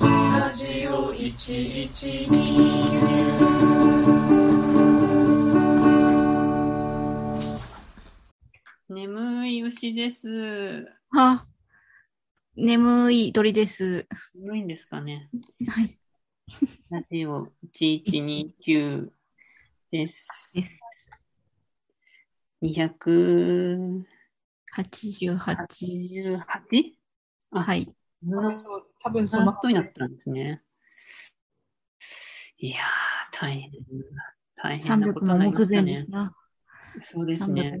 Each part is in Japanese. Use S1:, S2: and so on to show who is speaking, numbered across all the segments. S1: ラジオ112
S2: 眠い牛です。眠
S3: あ、眠い鳥です。
S2: いんですかね。
S3: はい。
S2: ラジオ1129です。
S3: です
S2: 288?
S3: 88。はい。
S2: の
S1: そう多分そ
S2: その
S1: の
S2: 後になったんですね。いやー、大変な。大変なことに
S3: 300の
S2: なりま
S3: 目
S2: し
S3: 前
S2: た
S3: で
S2: ね
S3: す。な。
S2: そうですね。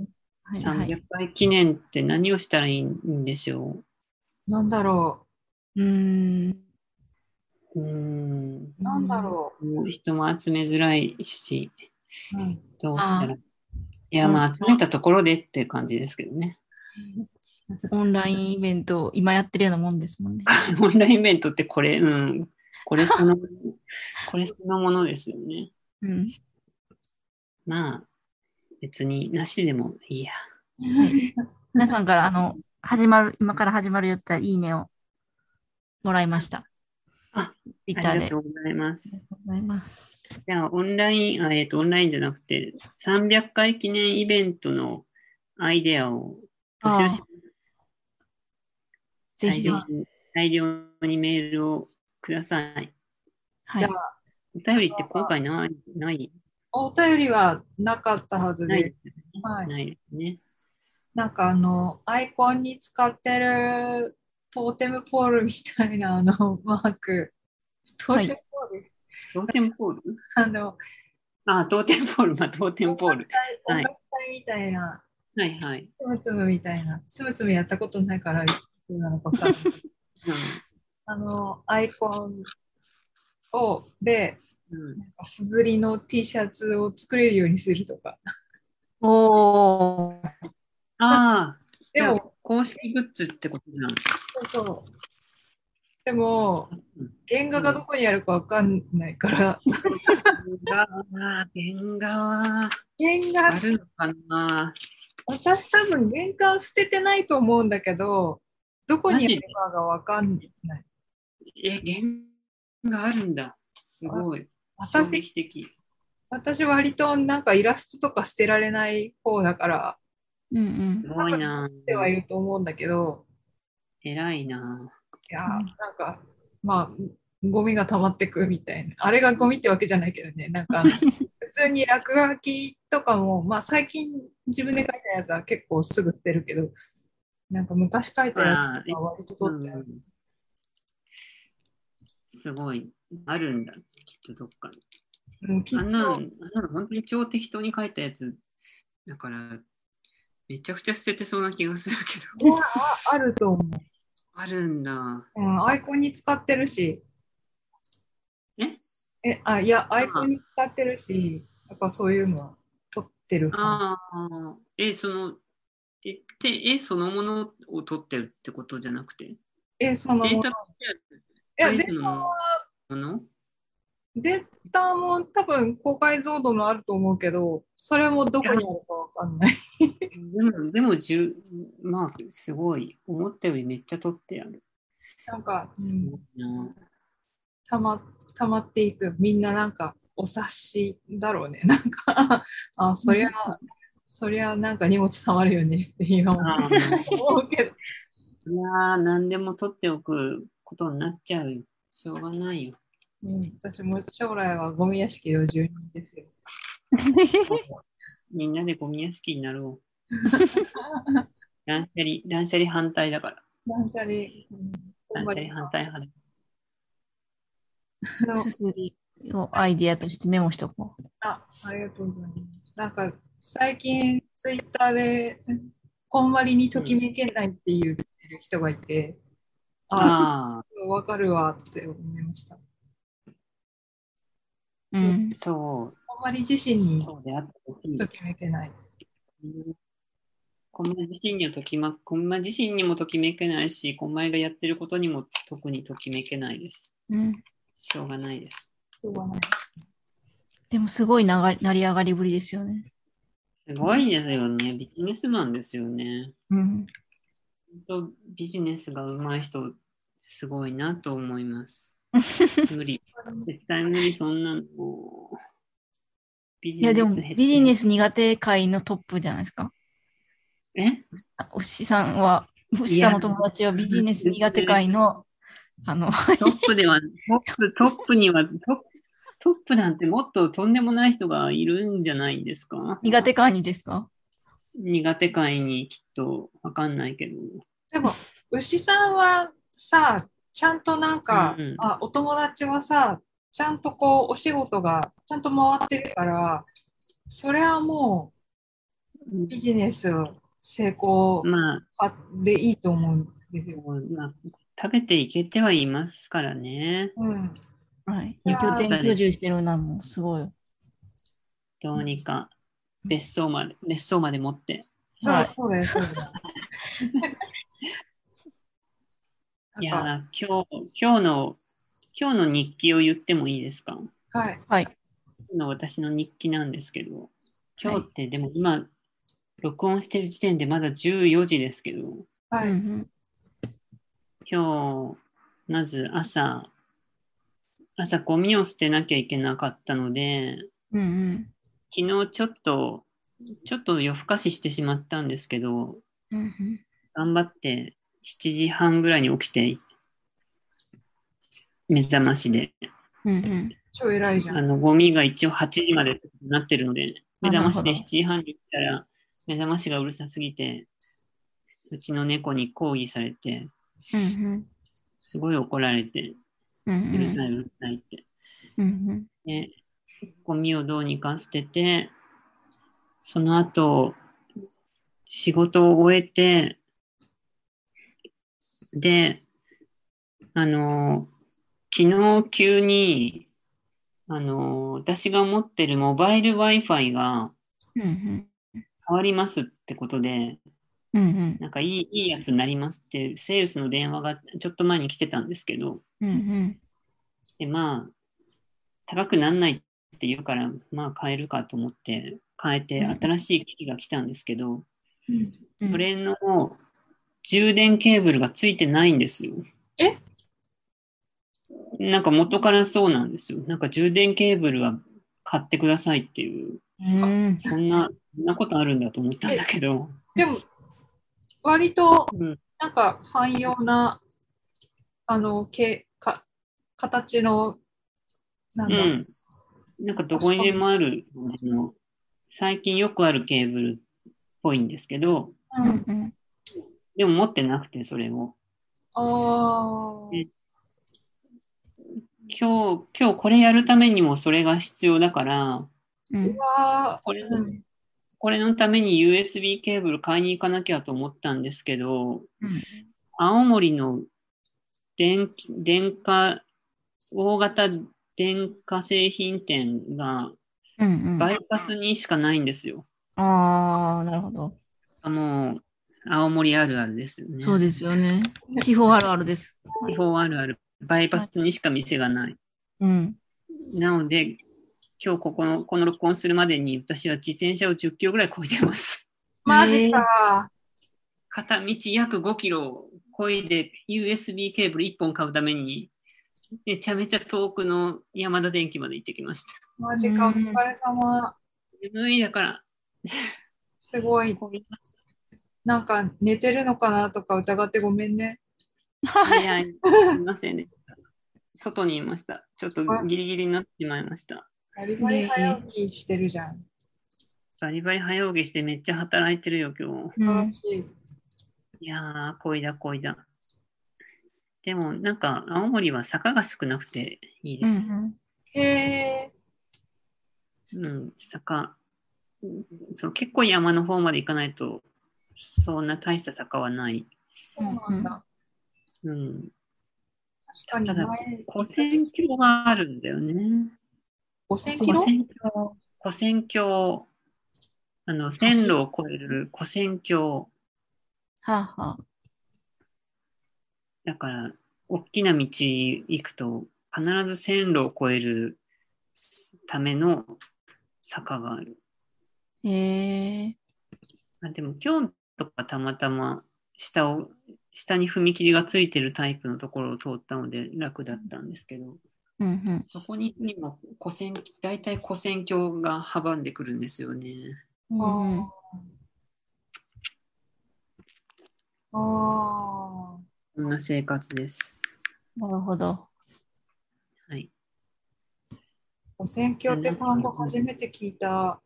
S3: 300はい、はい。
S2: 300回記念って何をしたらいいんでしょ
S1: なんだろ
S3: うーん。
S2: う。うーん。
S1: うなんだろ
S2: もう人も集めづらいし、
S1: う、うん、
S2: どうした
S3: あ
S2: ら。いや、まあ、集めたところでっていう感じですけどね。
S3: う。オンラインイベント、今やってるようなもんですもんね。
S2: オンラインイベントってこれ、うん。これ その、これそのものですよね。
S3: うん。
S2: まあ、別になしでもいいや。
S3: はい、皆さんから、あの、始まる、今から始まるよって言ったらいいねをもらいました。
S2: あ、
S3: ツイッタ
S2: あ
S3: ー
S2: りが
S3: で。
S2: と
S3: ありがとう
S2: うございます。
S3: ございます。
S2: じゃあ、オンライン、あえっ、と、オンラインじゃなくて、300回記念イベントのアイデアを募集し
S3: あぜひぜひ。
S2: 大量に大量にメールをください。
S3: はい。
S2: お便りって今回ない、ない、
S1: お便りはなかったはず
S2: ない
S1: で、
S2: ですすよね。
S1: はい、
S2: ないですね。
S1: なんかあのアイコンに使ってるトーテムポールみたいなあのマークトーテムポール、
S2: トーテンポール
S1: あの
S2: あ、トーテンポール、まあ、トーテンポール。
S1: 音
S2: はい
S1: 楽隊みたいな、
S2: はいはい。
S1: つむつむみたいなつむつむやったことないからいつなのか分か んないあのアイコンをで
S2: うんうん
S1: なんかすずりの T シャツを作れるようにするとか
S3: おー。
S2: ああ、
S1: で
S2: で
S1: も
S2: も公式グッズってことじゃん。
S1: そうそうでも
S2: うん
S1: 原画がどこにあるか分かんないから
S2: 原画はあ
S1: 原画
S2: るのかな
S1: 私多分原画捨ててないと思うんだけどどこにあるかが分かんない
S2: え、原画あるんだ。すごい。衝
S1: 私
S2: 撃的。
S1: 私割となんかイラストとか捨てられない方だから
S3: うんう
S2: す
S3: ん。
S2: ごいな
S1: 捨。てはいると思うんだけど
S2: 偉いな。
S1: いやー
S3: うん
S1: なんかまあゴミが溜まってくみたいなあれがゴミってわけじゃないけどねな んか普通に落書きとかもまあ最近自分で書いたやつは結構すぐ捨てるけどなんか昔書いたや
S2: ああ
S1: つは割と取ってあ
S2: う
S1: る
S2: んすごい。あるんだ。きっとどっかに。
S1: うんきっ
S2: あんなの、あ
S1: と
S2: んなの本当に超適当に書いたやつだから、めちゃくちゃ捨ててそうな気がするけど。
S1: いやああると思う
S2: あるんだ。
S1: うん、アイコンに使ってるし。
S2: え
S1: え、あ、いや、アイコンに使ってるし、やっぱそういうのは撮ってるから。
S2: ああ、え、その、え、て絵そのものを撮ってるってことじゃなくて、
S1: え、その、
S2: デ
S1: い
S2: ータ
S1: や、
S2: 絵
S1: デ
S2: その
S1: ータは、
S2: もの
S1: データも多分高解像度のあると思うけど、それもどこにあるかわか んない。
S2: でも、でもじゅ、まあ、すごい。思ったよりめっちゃ撮ってある。
S1: なんか、う
S2: す
S1: ん
S2: ごいな
S1: たま、たまっていく。みんななんか、お察しだろうね。 なんか、あ、そりゃ、そりゃなんか荷物溜まるよねって今
S2: あ
S1: 思
S2: ー
S1: うけど。
S2: いやー、何でも撮っておくことになっちゃうよ。しょうがないよ。
S1: うん、私も将来はゴミ屋敷の住人ですよ。
S2: みんなでゴミ屋敷になろう。断捨離、断捨離反対だから。
S1: 断捨離、うん、
S2: 断捨離反対派だ。
S1: あ の
S3: すすりをアイディアとしてメモしとこう。
S1: あありがとうございます。なんか最近ツイッターでこんまりにときめけないっていう人がいて、あ
S2: ああ
S1: あ、わかるわって思いました。
S3: うん
S2: ー、。そう。
S1: こんまり自身に
S2: そうであってほしい
S1: と。きめけない。
S2: こんま自身にはときま、こんま自身にもときめけないし、こんまいがやってることにも特にときめけないです。
S3: うん
S2: しょうがないです。
S1: しょうがない。
S3: でもすごいなが成り上がりぶりですよね。
S2: すごいですよね。ビジネスマンですよね。
S3: うん。
S2: 本当ビジネスが上手い人、すごいなと思い ます。無理。絶対無理、そんなの。ビジ
S3: いや、でも、
S2: 下手
S3: ビジネス苦手界のトップじゃないですか。
S2: え
S3: おしさんは、おしさんの友達はビジネス苦手界の、あの、
S2: トップで は、トップ、トップには、トップトップなんてもっととんでもない人がいるんじゃないんですか
S3: 苦手界にですか
S2: 苦手会にきっとわかんないけど。
S1: でも、牛さんはさ、ちゃんとなんか、
S2: うんうん
S1: あお友達はさ、ちゃんとこう、お仕事がちゃんと回ってるから、それはもうビジネス成功
S2: まあ、
S1: でいいと思うんですよ。
S2: まあ、食べていけてはいますからね。
S1: うん、
S3: はい。
S1: いや
S3: 拠
S1: ー
S3: 点居住してるな、もう、すごい。
S2: どうにか別荘まで、別荘まで持って。
S1: そう
S3: はい
S1: そうだよ、そうだよ。
S2: いや
S1: なんか
S2: ー、今日、今日の、今日の日記を言ってもいいですか
S1: はい、
S3: はい。
S2: 今日の私の日記なんですけど、今日って、でも今、録音してる時点でまだ14時ですけど、
S1: はい、
S3: うんうん
S2: 今日、まず朝、朝ゴミを捨てなきゃいけなかったので、
S3: うんうん
S2: 昨日ちょっと、ちょっと夜更かししてしまったんですけど、
S3: うんうん。
S2: 頑張って7時半ぐらいに起きて、目覚ましで、
S3: うんうん。
S1: 超偉いじゃ
S2: あ
S1: ん。
S2: の、ゴミが一応8時までなってるので、目覚ましで7
S3: なるほど
S2: 時半に起きたら、目覚ましがうるさすぎて、うちの猫に抗議されて、
S3: うんうん。
S2: すごい怒られて、
S3: うん
S2: うるさい、うるさいって。
S3: うん
S2: で、ゴミをどうにか捨てて、その後、仕事を終えて、で、あの、昨日急に、あの、私が持ってるモバイル Wi-Fi が
S3: うん。うん
S2: 変わりますってことで、
S3: うん。うん
S2: なんかいいいいやつになりますって、セールスの電話がちょっと前に来てたんですけど、
S3: うん。うん
S2: で、まあ、高くなんないって言うから、まあ買えるかと思って、変えて
S3: うん
S2: 新しい機器が来たんですけど、
S1: うん
S3: うん
S2: それの充電ケーブルがついてないんですよ。
S1: え
S2: なんか元からそうなんですよ。なんか充電ケーブルは買ってくださいっていう、
S3: うん。
S2: そんな、そんなことあるんだと思ったんだけど、
S1: でも、割と
S2: うん
S1: なんか汎用な、あの、けか形の、なん
S2: う
S1: だ、
S2: ん。なんかどこにでもある、あの最近よくあるケーブルっぽいんですけど、
S3: うんうん。
S2: でも持ってなくて、それを。
S1: あー
S2: 今日、今日これやるためにもそれが必要だから、
S3: うん
S1: うわー
S2: これ
S1: うん
S2: これのために USB ケーブル買いに行かなきゃと思ったんですけど、
S3: うん
S2: 青森の電気、電化、大型電化製品店が
S3: うんうん。
S2: バイパスにしかないんですよ。
S3: ああ、なるほど。
S2: もう、青森あるあるですよね。
S3: そうですよね。地方あるあるです。
S2: 地方あるある。バイパスにしか店がない。
S3: うん。
S2: なので、今日ここの、この録音するまでに私は自転車を10キロぐらい超えてます。
S1: マジか。
S2: 片道約5キロを漕いで USB ケーブル1本買うためにめちゃめちゃ遠くの山田電機まで行ってきました。
S1: マジか、お疲れ様。
S2: 寒いだから、
S1: すごい。なんか寝てるのかなとか疑ってごめんね。
S3: はい
S2: いや、いませんね。 外にいました。ちょっとギリギリになってしまいました。
S1: バリバリ早起きしてるじゃん。
S2: バリバリ早起きしてめっちゃ働いてるよ、今日。
S3: う
S1: 素晴ら
S3: ん。
S1: しい。
S2: いやー、こいだこいだ。でもなんか青森は坂が少なくていいうです。
S3: ん
S1: へえ。
S2: うん、坂、うんそう結構山の方まで行かないと、そんな大した坂はない。
S1: そうなんだ。
S2: うん、
S1: 確か
S2: た
S1: に
S2: だ
S1: 前、
S2: 5000キロがあるんだよね。
S1: 5000キロ
S2: 5000キロ、5000キロ、あの、線路を越える5000キロ、
S3: はあはあ。
S2: だから、大きな道行くと、必ず線路を越えるための坂がある。
S3: へえ。
S2: あでも、今日とかたまたま下を、下に踏切がついてるタイプのところを通ったので楽だったんですけど、
S3: うんうん。
S2: そこににも古線、大体古線橋が阻んでくるんですよね。
S3: うんうん
S1: ああ。
S2: こんな生活です。
S3: なるほど。
S2: はい。
S1: お選挙って単語初めて聞いた。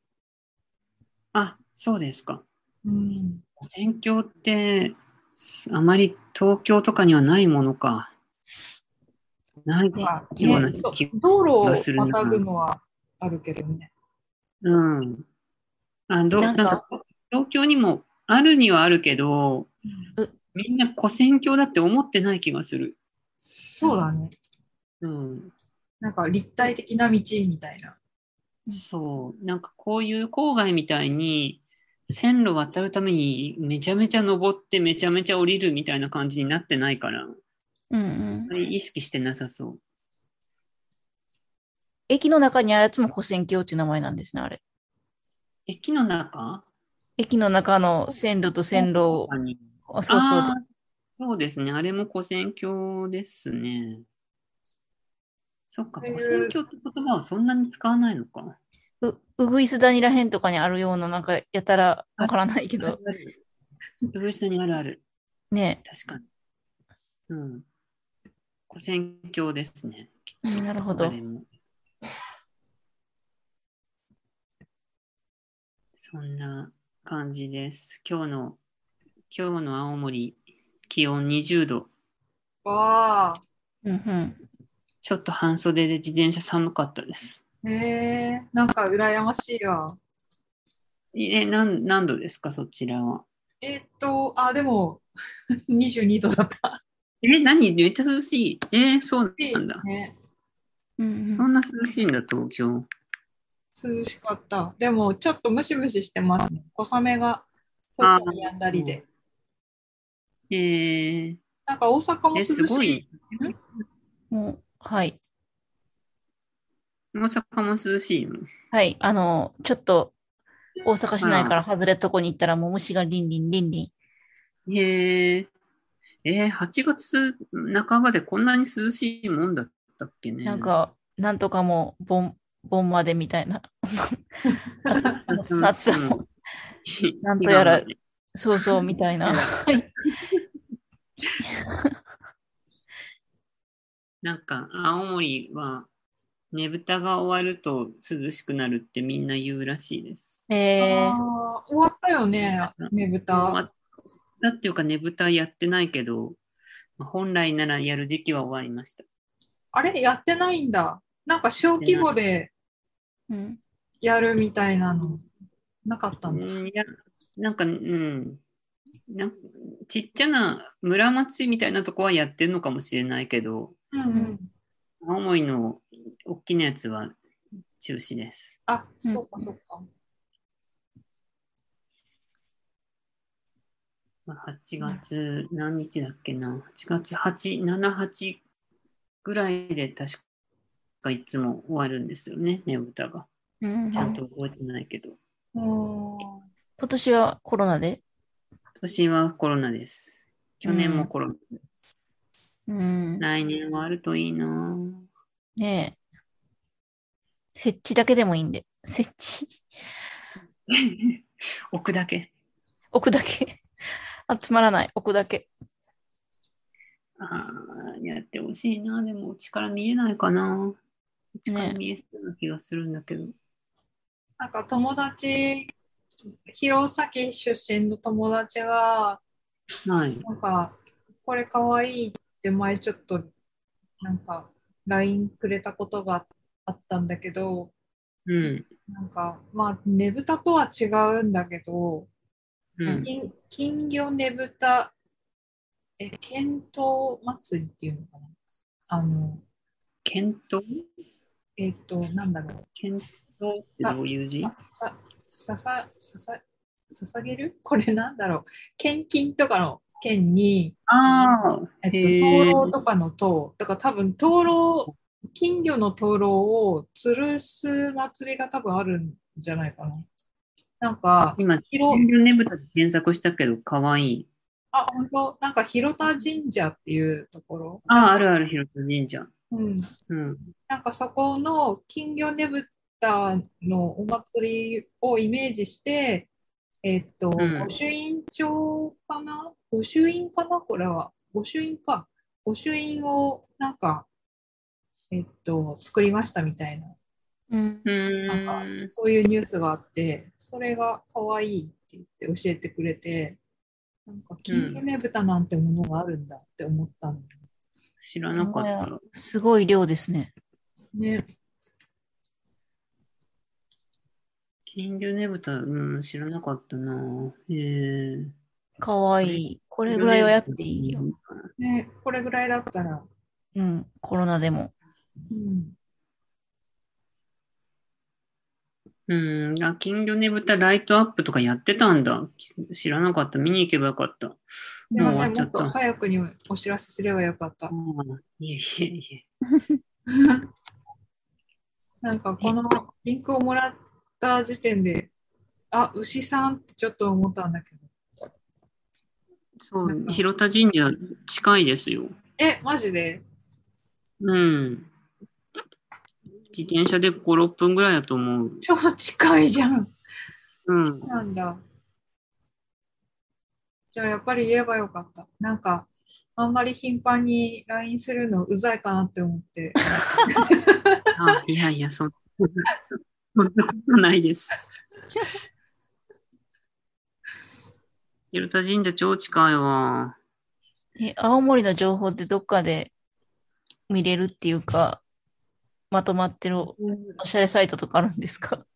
S2: あ、そうですか。
S1: うん。
S2: 線橋って、あまり東京とかにはないものか。ない
S1: まあ
S2: ような
S1: ね
S2: 気
S1: 道
S2: がする
S1: 路をまたぐのはあるけどね。
S2: うん。あどな
S3: な
S2: んん
S3: か
S2: か東京にもあるにはあるけど、みんな古戦橋だって思ってない気がする。
S1: そうだね。
S2: うん。
S1: なんか立体的な道みたいな。
S2: そう。なんかこういう郊外みたいに、線路渡るためにめちゃめちゃ登ってめちゃめちゃ降りるみたいな感じになってないから、あん
S3: うんうん。
S2: まり意識してなさそう。
S3: 駅の中にあるやつも古戦橋っていう名前なんですね、あれ。
S2: 駅の中
S3: 駅の中の線路と線路を、
S2: に
S3: あそうそう。
S2: あーそうですね。あれも古戦橋ですね。そっか、
S1: そういう
S2: 古戦橋って言葉はそんなに使わないのか。
S3: う、うぐいす谷らへんとかにあるような、なんか、やたらわからないけど、
S2: 上下にあるある。
S3: ね。
S2: 確かに。うん。古戦橋ですね。
S3: うんなるほど
S2: あ。れもそんな感じです。今日の、今日の青森、気温20度。
S1: わ
S3: うんうん。
S2: ちょっと半袖で自転車寒かったです。
S1: あ。へえなんか羨ましいわ。
S2: え、なん何度ですか、そちらは。
S1: えーっと、あ、でも、22度だった。
S2: え、何めっちゃ涼しい。えーそうなんだ。
S1: ね、
S3: うんう
S2: そ
S3: ん
S2: んな涼しいんだ、東京。
S1: 涼しかった。でも、ちょっとムシムシしてます、ね。小雨が、
S2: あー
S1: 降ったりやんだりで。
S2: えー、
S1: なんか大阪も
S2: え
S1: 涼し
S2: すごい。
S3: もう、はい。
S2: 大阪も涼しいの。
S3: はい。あの、ちょっと、大阪市内から外れたとこに行ったら、もう虫がリンリンリンリン。
S2: へえー、えー、8月半ばでこんなに涼しいもんだったっけね。
S3: なん、か、なんとかもう、ボン、ボンまでみた いな。暑さも、なんとやらそうそう、みたいな。
S2: なんか、青森は、ねぶたが終わると涼しくなるってみんな言うらしいです。
S3: えー、
S1: あー終わったよね、ねぶ
S2: ま
S1: た。
S2: あだっていうかねぶたやってないけど、まあ本来ならやる時期は終わりました。
S1: あれ、やってないんだ。なんか小規模で
S3: うん。
S1: やるみたいなの、なかった
S2: うん
S1: だ。
S2: んいやなんか、うんなんちっちゃな村祭みたいなとこはやってるのかもしれないけど、
S1: うん
S3: ん
S2: 青森の大きなやつは中止です。
S1: あ、
S3: うん
S1: そうか、そうか。
S2: まあ8月何日だっけな ?8 月8、7、8ぐらいで確かいつも終わるんですよね、ねぶたが。
S3: うん、
S2: ちゃんと覚えてないけど。
S1: うーん
S3: 今年はコロナで。
S2: 今年はコロナです。去年もコロナです。
S3: うん。
S2: 来年はあるといいな ぁ
S3: ねえ。設置だけでもいいんで。設置。
S2: 置くだけ。
S3: 置くだけ。集まらない。置くだけ。
S2: ああ、やってほしいなでも、うちから見えないかなうちから
S3: ね
S2: 見えそうな気がするんだけど。
S1: なんか友達、弘前出身の友達が、
S2: はい。
S1: なんか、これかわいいって前ちょっと、なんか、LINE くれたことがあったんだけど、
S2: うん。
S1: なんか、まあ、ねぶたとは違うんだけど、
S2: うん。
S1: 金金魚ねぶた、え、剣闘祭りっていうのかなあの、
S2: 検討
S1: えっ、と、なんだろう。
S2: 検討ってどういう字
S1: さ、さ、ささ、ささ、捧げるこれなんだろう。献金とかの献に、
S2: ああ、
S1: えっと、
S2: へ
S1: 灯
S2: ー
S1: 籠とかの塔。だから多分、灯籠、金魚の灯籠を吊るす祭りが多分あるんじゃないかな。なんか、
S2: 今、
S1: 広
S2: 金魚ねぶたで検索したけど、かわいい。
S1: あ、本当なんか広田神社っていうところ。
S2: ああ、あるある、広田神社。
S1: うん。
S2: うん。
S1: なんかそこの金魚ねぶたのお祭りをイメージして、えっと、
S2: ん
S1: 御朱印帳かな御朱印かなこれは。御朱印か。御朱印をなんか、えっと、作りましたみたいな。
S3: うん
S2: う
S1: なん
S2: ー
S1: か
S2: ん。
S1: そういうニュースがあって、それが可愛いって言って教えてくれて、なんか金魚ねぶたなんてものがあるんだって思ったんだよ
S2: 知らなかった。
S3: すごい量ですね。
S1: ね。
S2: 金魚ねぶた、うん、知らなかったな。へえ。
S3: かわいい。これぐらいはやっていいよ。
S1: ね、これぐらいだったら、
S3: うん、コロナでも。
S1: うん、
S2: うん、あ、金魚ねぶたライトアップとかやってたんだ。知らなかった。見に行けばよかった。あ
S1: すみませ
S2: も
S1: ん、
S2: う終わ
S1: もっ
S2: っちゃった
S1: と早くにお知らせすればよかった
S2: あ。、いえいえいえ。
S1: なんかこのリンクをもらった時点で、あ、牛さんってちょっと思ったんだけど。
S2: そ
S1: なん
S2: う、
S1: か
S2: 広田神社近いですよ。
S1: え、マジで
S2: うん。自転車で5、6分ぐらいだと思う。
S1: 超近いじゃん。
S2: うん。
S1: なんだ。じゃあやっぱり言えばよかった。なんか、あんまり頻繁に LINE するのうざいかなって思 って。
S2: あいやいや、そん そんなことない です。広田神社超近いわ。
S3: え、青森の情報ってどっかで見れるっていうか、まとまってるおしゃれサイトとかあるんですか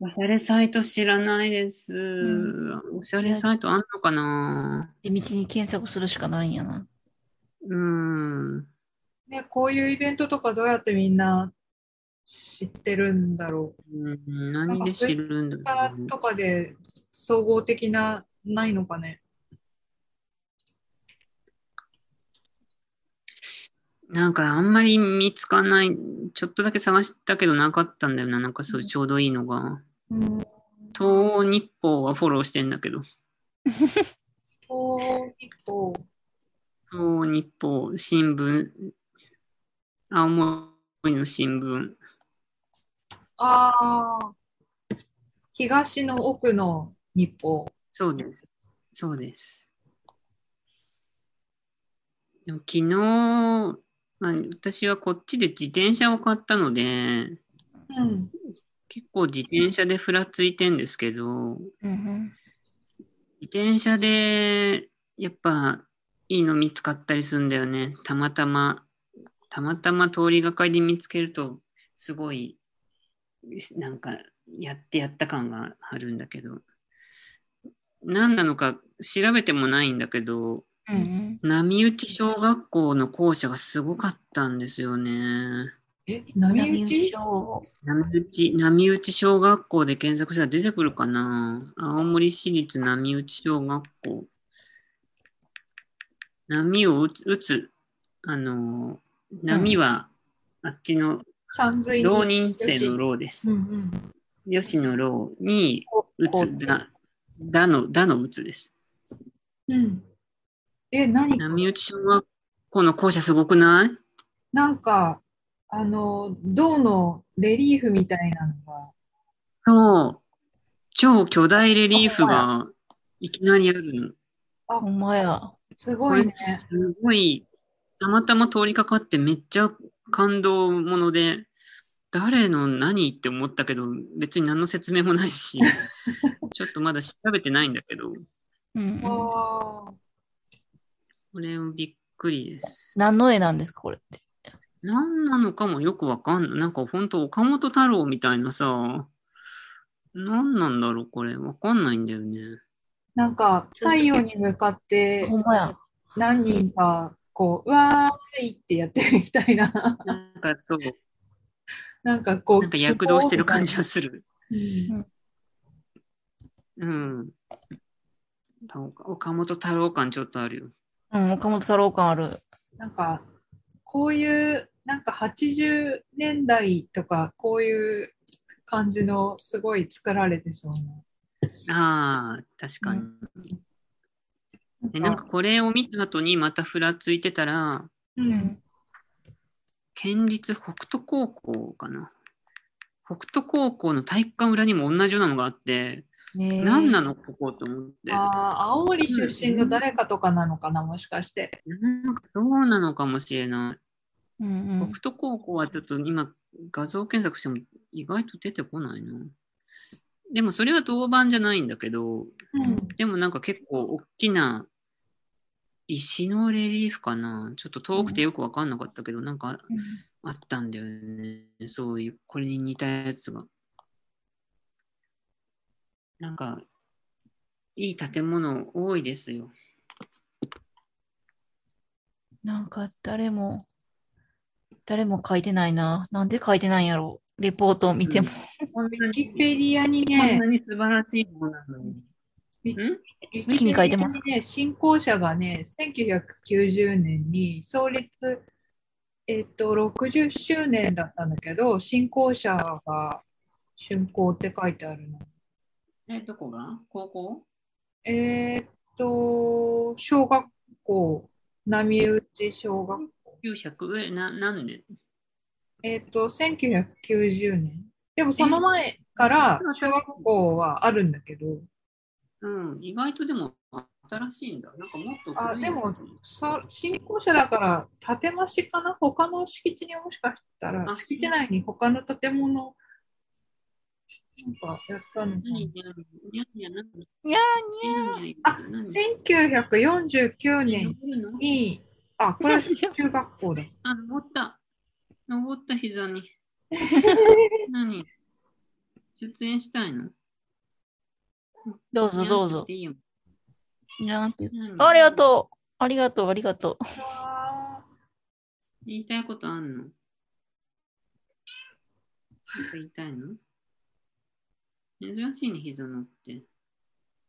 S2: おしゃれサイト知らないです。おしゃれサイトあんのかな
S3: 地道に検索するしかないんやな。
S2: うん。
S1: ね、こういうイベントとかどうやってみんな知ってるんだろう。
S2: うん何で知るんだろうね。
S1: とかで総合的なないのかね。
S2: なんかあんまり見つかんない。ちょっとだけ探したけどなかったんだよな。なんかそういうちょうどいいのが。
S1: うん、
S2: 東欧日報はフォローしてんだけど。
S1: こう一個
S2: 東欧日報、新聞、青森の新聞。
S1: ああ、東の奥の日報。
S2: そうです。そうです。でも昨日、まあ、私はこっちで自転車を買ったので、
S1: うん、
S2: 結構自転車でふらついてんですけど、
S3: うん
S2: 自転車でやっぱいいの見つかったりするんだよね。たまたま、たまたま通りがかりで見つけると、すごい、なんかやってやった感があるんだけど、何なのか調べてもないんだけど、
S3: うん。うん
S2: 波打ち小学校の校舎がすごかったんですよね。
S1: え、
S3: うん。
S1: 波打ち
S3: 章
S2: 波打ち、波打ち小学校で検索したら出てくるかな青森市立波打ち小学校。波を打つ、打つ。あのー、波は、あっちの
S1: 三髄に
S2: 浪人生の浪で
S1: う
S2: す。
S1: んうん。
S2: 吉野浪に打
S3: こ
S2: つ、
S3: う
S2: だ、だの、だの打つです。
S1: うん、え、何
S2: 波打ち小学校の校舎すごくない
S1: なんか、あの、銅のレリーフみたいなのが、
S2: そう。超巨大レリーフがいきなりあるの。
S3: ほんまや。
S1: す
S2: こ
S1: ごい
S2: れ
S1: ね。
S2: すごい、たまたま通りかかってめっちゃ感動もので、誰の何って思ったけど、別に何の説明もない し、ちょっとまだ調べてないんだけど、
S3: うんうん。
S1: あー
S2: これをびっくりです。
S3: 何の絵なんですか、これって。
S2: 何なのかもよくわかんない。なんか本当岡本太郎みたいなさ、何なんだろうこれ。わかんないんだよね。
S1: なんか、太陽に向かって、
S3: ほんまや。
S1: 何人か、こう、うわーいってやってるみたいな、
S2: なんかそう、
S1: なんかこう、
S2: なんか躍動してる感じがする。
S1: じ
S3: うん
S2: うん。なんか岡本太郎感ちょっとあるよ。
S3: うん、岡本太郎感ある。
S1: なんか、こういう、なんか80年代とか、こういう感じの、すごい作られてそうな。
S2: ああ、確かに。でなんかこれを見た後にまたふらついてたら、
S1: うん
S3: うん
S2: 県立北斗高校かな。北斗高校の体育館裏にも同じようなのがあって、
S3: ねえ
S2: 何なのここと思って。
S1: ああ、青森出身の誰かとかなのかな、もしかして。
S2: なんかそうなのかもしれない。
S3: うんうん
S2: 北斗高校はちょっと今画像検索しても意外と出てこないな。でもそれは銅板じゃないんだけど、
S1: うん
S2: でもなんか結構大きな石のレリーフかな。ちょっと遠くてよくわかんなかったけど、なんかあったんだよね。そういう、これに似たやつが。なんか、いい建物多いですよ。
S3: なんか誰も、誰も書いてないな。なんで書いてないんやろレポートを見ても。
S1: ウィキペディアに
S2: こん
S1: ね
S2: な、に素晴らしいものなのに。ん
S1: 一
S3: 気に書いてます
S1: ね、新校舎がね、1990年に創立、えっと、60周年だったんだけど、新校舎が竣工って書いてあるの。
S2: え、どこが高校
S1: えっと、小学校、波打ち小学校。
S2: ?900? え、な、何年
S1: えっと、1990年。でもその前から
S2: え
S1: 小学校はあるんだけど、
S2: うん、意外とでも新しいんだ。なんかもっと古い
S1: あでもさ新校舎だから建増しかな他の敷地にもしかしたら
S2: あ
S1: 敷地内に他の建物なんかやったのか
S2: 何何何何
S3: にゃー
S2: 何
S1: あ
S2: 何
S1: な1949年
S2: 登るの
S1: にあこれは中学 校だ
S2: あ、登った。登った膝 に。何出演したいの
S3: どうぞどう
S2: やっ
S3: ぞ
S2: て。いいよ
S3: にゃーって言って
S2: 何
S3: あありがとう。ありがとう、ありがと
S1: あ
S2: 言いたいことあんのなんか言いたいの珍しいね、膝のって。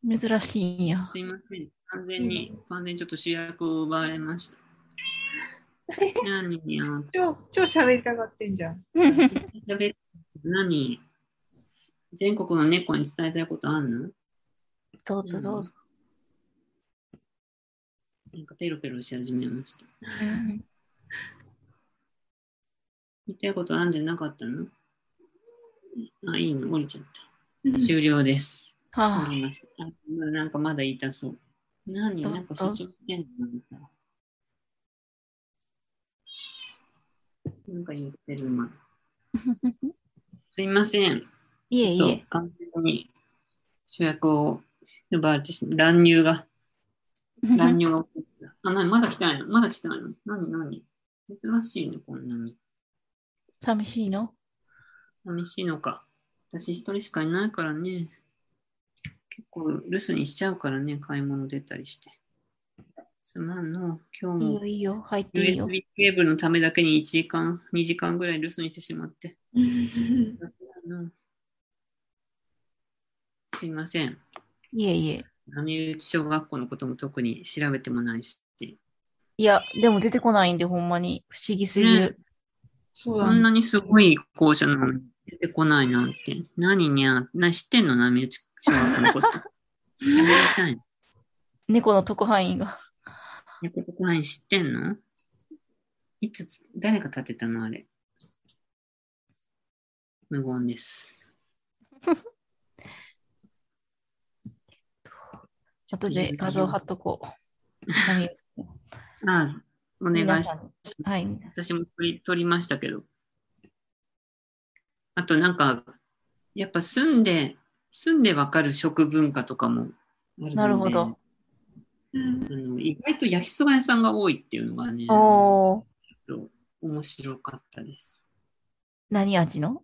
S3: う。珍しいん や。
S2: すいません。完全に、完全にちょっと主役を奪われま した。何よ。
S1: ー超超喋りたがってんじゃん
S2: 何全国の猫に伝えたいことあんの
S3: どうぞどうぞ。
S2: なんかペロペロし始めました。
S3: うん
S2: 言いたいことあんじゃなかったのあ、いいの、降りちゃった。終了です。わ
S3: は
S2: か
S3: あ、
S2: りました。あなんかまだ言いたそう。何
S3: どう
S2: なんか
S3: どう
S2: そっちしてんのなんか言ってる 今。すいません。
S3: いえ
S2: ち
S3: い
S2: ょっと
S3: え。
S2: 完全に主役を奪われてしまう乱入が、乱入が起こってた。あ、なにまだ来てないのまだ来てないの何何珍しいね、こんなに。
S3: 寂しいの
S2: 寂しいのか。私一人しかいないからね。結構留守にしちゃうからね、買い物出たりして。すまんの。今
S3: い
S2: 日
S3: い
S2: も
S3: よ、いいよ。入っていいよ。
S2: USB ケーブルのためだけに1時間、2時間ぐらい留守にしてしまって。うんすいません。
S3: いえいえ。
S2: 波打ち小学校のことも特に調べてもないし。
S3: いや、でも出てこないんで、ほんまに。不思議すぎる。
S1: そう
S2: こ
S1: だ
S2: ん
S1: ね
S2: なにすごい校舎なのに出てこないなんて。何にゃ、な知ってんの波打ち小学校のこと。喋りたいの
S3: 猫の特派員が。
S2: 猫特派員知ってんのいつつ、誰が建てたのあれ。無言です。
S3: 後で画像貼っとこう。波
S2: ああ、お願
S3: 皆
S2: いし
S3: さ
S2: ます。
S3: んに。はい。
S2: 私も撮り撮りましたけど。あとなんか、やっぱ住んで、住んでわかる食文化とかもあるので
S3: なるほど。
S1: うん
S2: あの意外と焼きそば屋さんが多いっていうのがね、
S3: おー、
S2: 面白かったです。
S3: 何味の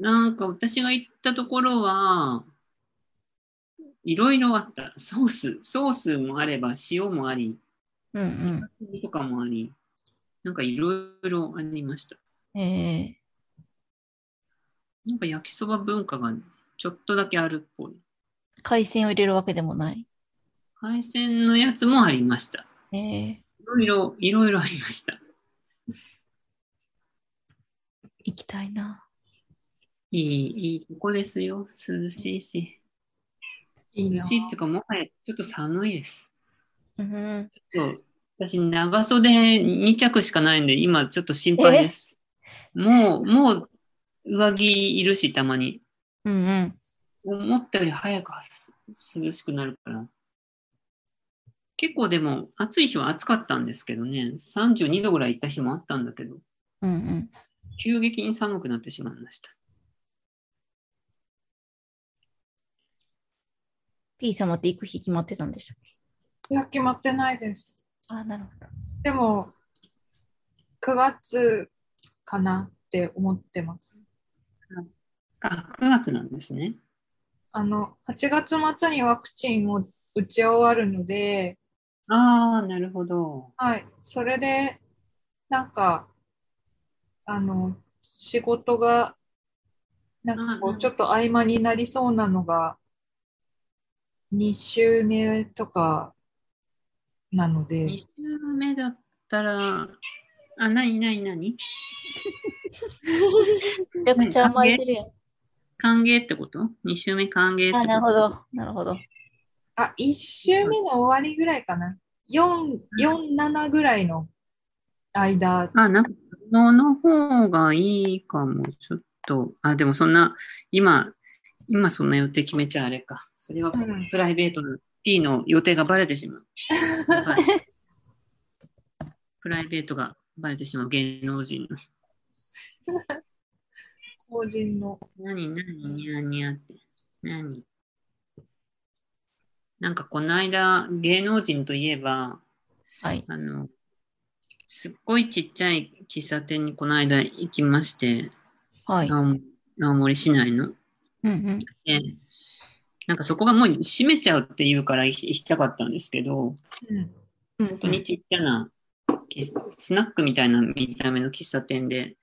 S2: なんか私が行ったところは、いろいろあった。ソース、ソースもあれば塩もあり、
S3: うん
S2: とかもあり、なんかいろいろありました。
S3: うん。え
S2: なんか焼きそば文化がちょっとだけあるっぽい。
S3: ー、海鮮を入れるわけでもない。
S2: 海鮮のやつもありました。
S3: えー、
S2: いろいろ、いろいろありました。
S3: 行きたいな。
S2: いい、いい、ここですよ。涼しいし。
S1: いい
S2: 涼
S1: な。
S2: しいっていうか、もはやちょっと寒いです。
S3: うん。
S2: そう私、長袖2着しかないんで、今ちょっと心配です。もう、もう、上着いるし、たまに。
S3: うんうん。
S2: 思ったより早くす涼しくなるから。結構でも、暑い日は暑かったんですけどね、32度ぐらい行った日もあったんだけど、
S3: うんうん。
S2: 急激に寒くなってしまいました。
S3: P 様って行く日決まってたんでしたっけ
S1: いや、決まってないです。
S3: あ、なるほど。
S1: でも、9月かなって思ってます。
S2: あ、9月なんですね。
S1: あの、8月末にワクチンを打ち終わるので、
S2: ああ、なるほど。
S1: はい、それで、なんか、あの、仕事が、なんかこ
S2: うんう
S1: う、
S2: ん
S1: ちょっと合間になりそうなのが、2週目とかなので
S2: 2、週目だったら、あ、なになになに
S3: めちゃくちゃ甘えてるやん。
S2: 歓迎ってこと ?2 週目歓迎ってこと
S3: あ、なるほど。なるほど。
S1: あ、1週目の終わりぐらいかな。4、4、7ぐらいの間、
S2: あ、なんか、のの方がいいかも、ちょっと。あ、でもそんな、今、今そんな予定決めちゃあれか。それは
S1: うん
S2: プライベートの P の予定がバレてしまう。 やばいプライベートがバレてしまう芸能人の。
S1: 法人の。
S2: 何、何、ニャーニャーって。何なんかこの間、芸能人といえば、
S3: はい。
S2: あの、すっごいちっちゃい喫茶店にこの間行きまして、
S3: はい。
S2: 青森青森市内の。
S3: うんうん。
S2: でなんかそこがもう閉めちゃうって言うから行きたかったんですけど、
S1: うん。
S3: うん
S2: 本当
S3: う
S2: に
S3: ん。
S2: ちっちゃな喫スナックみたいな見た目の喫茶店で、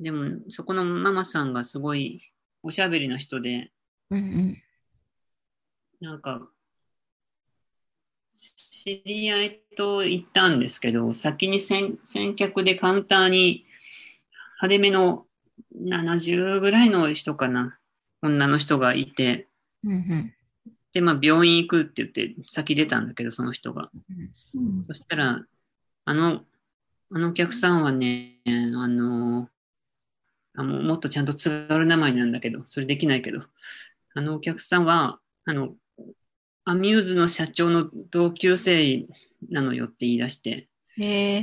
S2: でもそこのママさんがすごいおしゃべりな人で、
S3: うん
S2: なんか、知り合いと行ったんですけど、先に先先客でカウンターに派手めの70ぐらいの人かな、女の人がいて、
S3: うん。うんうん。
S2: で、まあ、病院行くって言って、先出たんだけど、その人が。
S1: うん
S2: そしたら、あの、あのお客さんはね、あの、あもうもっとちゃんと津軽名前なんだけど、それできないけど、あのお客さんは、あの、アミューズの社長の同級生なのよって言い出して、
S3: へえ。、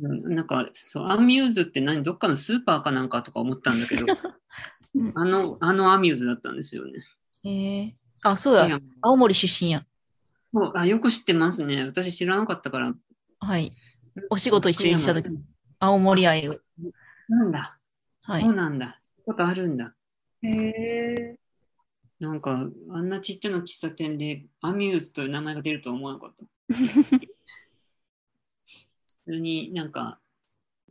S2: うんなんか、そう、アミューズって何、どっかのスーパーかなんかとか思ったんだけど
S3: うん
S2: あの、あのアミューズだったんですよね。
S3: へえ。あ、そうや。
S2: いや
S3: 青森出身や。
S2: そうあよく知ってますね。私知らなかったから、
S3: はい。お仕事一緒に来た時青森愛を。
S2: なんだ、
S3: はい
S2: そう。なんだ。そういうことあるんだ。
S1: へえ
S2: なんか、あんなちっちゃな喫茶店でアミューズという名前が出るとは思わなか った。普通になんか、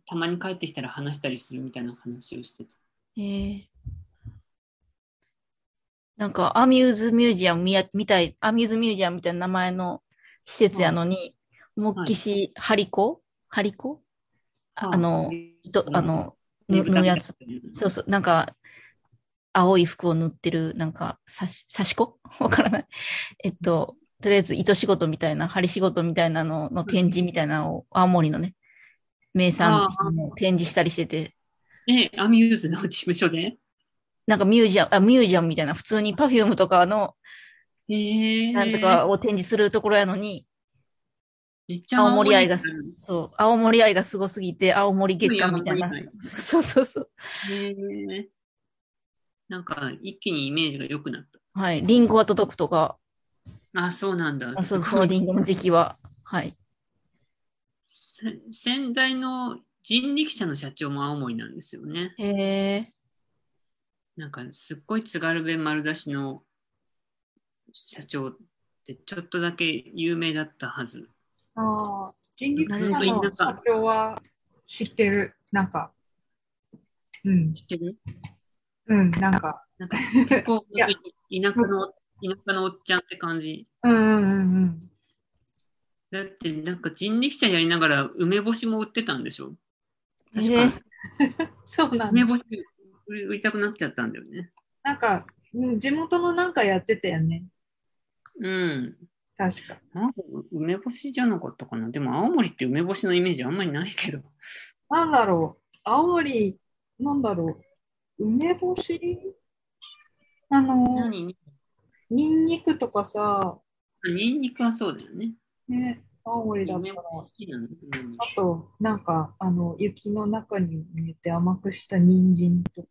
S2: たまに帰ってきたら話したりするみたいな話をしてた。
S3: へえ。なんか、アミューズミュージアムみやみたい、アミューズミュージアムみたいな名前の施設やのに、思いっきし、ハリコハリコあの、と、あ、の、
S2: ね
S3: ぬ
S2: ぶたみ
S3: 縫う
S2: た
S3: や
S2: いな
S3: つ。そうそう、なんか、青い服を塗ってる、なんか、さし、刺し子 わからない。えっと、とりあえず糸仕事みたいな、針仕事みたいなのの展示みたいなのを、青森のね、名産品を展示したりしてて、
S2: え、アミューズの事務所で
S3: なんかミュージアム、あ、ミュージアムみたいな、普通にパフュームとかの、
S2: えー、
S3: なんとかを展示するところやのに、
S2: めっちゃ
S3: 青森愛が
S2: 青
S3: す
S2: 森、
S3: そう、青森愛がすごすぎて、青森月間みたいな
S2: 青森。
S3: そうそうそう。
S2: 愛へーなんか、一気にイメージが良くなっ
S3: はい。リンゴが届くとか、
S2: た。あ、そうなんだ。
S3: あそう、
S2: す
S3: そ
S2: ご
S3: の
S2: い
S3: リンゴの時期は、はい。
S2: せ先代の人力車の社長も青森なんですよね。
S3: へえ。
S2: なんかすっごい津軽弁丸出しの社長ってちょっとだけ有名だったはず。
S1: ああ、人力車
S3: な
S2: るほど
S1: の社長は知ってる。なんか、うん、
S2: 知ってる
S1: うん、なんか、
S2: なんか結構
S1: いや
S2: 本当に田舎の田舎のおっちゃんって感じ。
S1: うんうんうんうん。
S2: だってなんか人力車やりながら梅干しも売ってたんでしょ確か
S3: え
S1: そうなん
S2: 梅
S1: だ。
S2: 干し売り売りたくなっちゃったんだよね。
S1: なんか、うん、地元のなんかやってたよね。
S2: うん。
S1: 確か。
S2: なんか梅干しじゃなかったかな。でも青森って梅干しのイメージあんまりないけど。
S1: なんだろう、青森、なんだろう、梅干しあの、
S2: 何
S1: ニンニクとかさ、
S2: ニンニクはそうだよね。
S1: ね、青森だった
S2: 梅
S1: ら、
S2: 干し好きなの。うん
S1: あと、なんか、あの、雪の中に埋めて甘くした人参とか、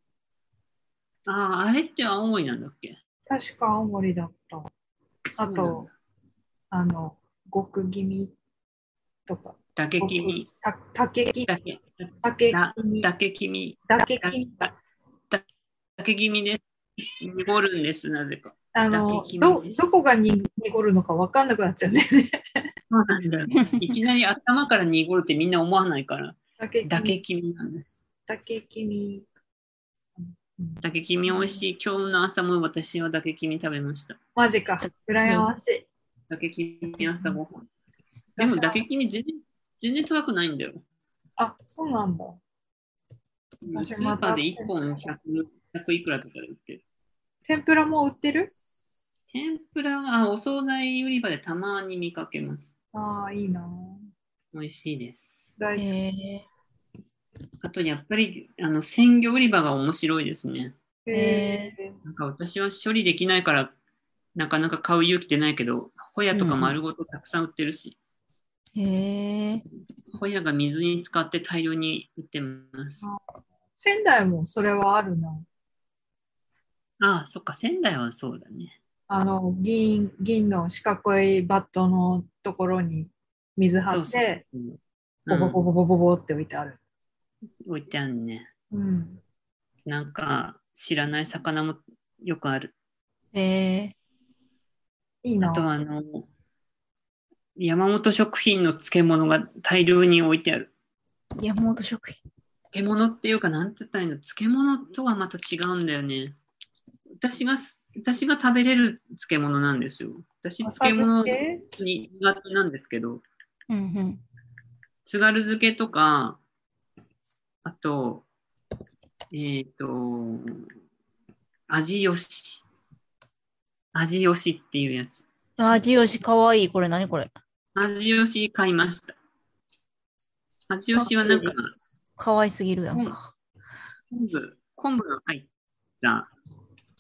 S2: ああ、あれって青森なんだっけ
S1: 確か青森だった。あ
S2: そうなん
S1: と
S2: だ、
S1: あの、極気味とか、
S2: 竹きみ。
S1: た竹気味、
S2: 竹
S1: 竹
S2: だ
S1: 気味、
S2: 竹きみ。
S1: 竹気味、
S2: だだ竹きみです。濁るんです、なぜか。
S1: あの
S2: 竹気、味
S1: ど
S2: です
S1: どこがに濁るのか分かんなくなっちゃうんだよね。
S2: そうなんだよね。いきなり頭から濁るってみんな思わないから、
S1: 竹気味
S2: 竹きみなんです。
S1: 竹気味。
S2: 竹きみ美味しい。今日の朝も私は竹きみ食べました。
S1: マジか。羨ましい。
S2: 竹きみ朝ごはん。でも竹きみ全然全然高くないんだよ。
S1: あ、そうなんだ。
S2: うんスーパーで1本 100, 100いくらとかで売ってる。
S1: 天ぷらも売ってる
S2: 天ぷらはあお惣菜売り場でたまに見かけます。
S1: ああ、いいな。
S2: 美味しいです。
S1: 大好き。
S3: へ
S2: あとやっぱりあの鮮魚売り場が面白いですね。
S3: ー
S1: え
S2: なんか私は処理できないからなかなか買う勇気出ないけど、ホヤとか丸ごとたくさん売ってるし、
S3: え。へえ。
S2: ホヤが水に浸かって大量に売ってます。
S1: 仙台もそれはあるな。
S2: ああ、そっか、仙台はそうだね。
S1: あの、銀、銀の四角いバットのところに水張
S2: そう
S1: っ
S2: そう
S1: て、
S2: うん
S1: ボボボボボボボって置いてある。
S2: 置いてあるね。
S1: うん。
S2: なんか知らない魚もよくある。
S3: へえ。
S1: いい
S2: あ
S1: な。
S2: とはあの、山本食品の漬物が大量に置いてある。
S3: 山本食品。
S2: 漬物っていうか、なんて言ったらいいの漬物とはまた違うんだよね。私が、私が食べれる漬物なんですよ。私、漬物
S1: 浅漬
S2: に苦手なんですけど、
S3: うんうん。
S2: 津軽漬けとか、あと、えっ、と、味よし。味よしっていうやつ。
S3: 味よし、かわいい。これ何これ。
S2: 味よし買いました。味よしはなんか、
S3: かわいすぎるやんか。
S2: 昆布、昆布が入った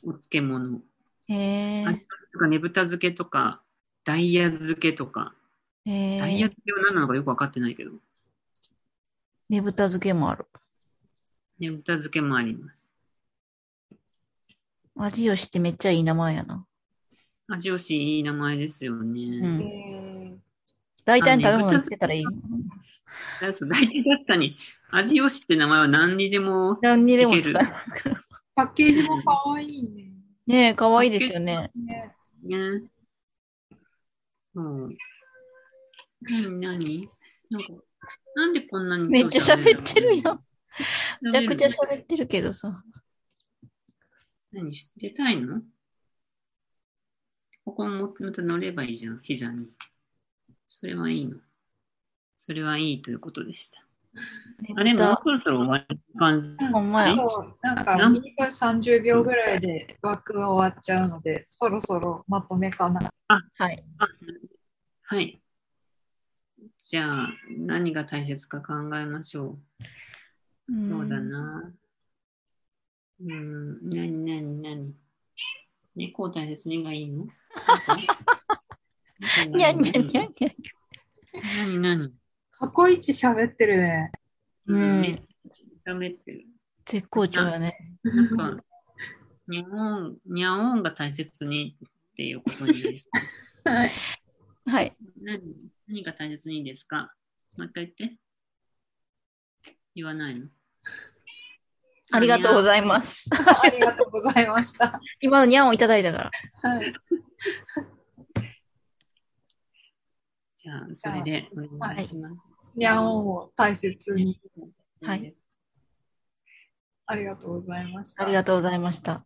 S2: お漬物。
S3: へ
S2: 味よしとかねぶた漬けとか、ダイヤ漬けとか、
S3: え。へ
S2: ダイヤ
S3: え。
S2: 漬けは何なのかよくわかってないけど、
S3: ねぶた漬けもある。
S2: ねぶた漬けもあります。
S3: 味よしってめっちゃいい名前やな。
S2: 味よしいい名前ですよね。
S3: う
S1: け
S3: ん。
S1: え
S3: 大体の食べ物につけたらいい。
S2: だそう大体確かに、味よしって名前は何にでも、
S3: 何にでも使えますから。
S1: パッケージもかわいいね。
S3: ねえ、かわいいですよね。
S1: ね
S2: ね。うん。何何なんか、なんでこんなに
S3: めっちゃ喋ってるやん。
S2: め
S3: めちゃくちゃ喋ってるけどさ。
S2: 何してたいのここもまた乗ればいいじゃん、膝に。それはいいの。それはいいということでした。あれ、
S3: ねぶ
S2: もう
S3: た
S2: そろそろ終わりの感じ。
S3: ほんまや。
S1: そうなんか2分30秒ぐらいで枠が終わっちゃうので、そろそろまとめかな。
S3: はい。
S2: はい。じゃあ、何が大切か考えましょ
S3: う
S2: う。
S3: ん
S2: そうだな。うーん、なになになに猫を大切にがいいの
S3: にゃんにゃんにゃんにゃん。
S2: なになに
S1: 過去一喋ってるね。
S3: うん。
S2: ダメってる。
S3: 絶好調やね。
S2: なんか、にゃおん、にゃおんが大切にっていうことになりそう。
S1: はい
S3: はい。
S2: 何何が大切にですかもう一回言って。言わないの。
S3: ありがとうご
S2: い
S3: ざい ます。
S1: ありがとうございました。
S3: 今のにゃんをいただいたから。
S1: はい、
S2: ます。じゃあ、それでお願いします。
S1: にゃおんを大切に。
S3: はい。
S1: ありがとうございました。
S3: ありがとうございました。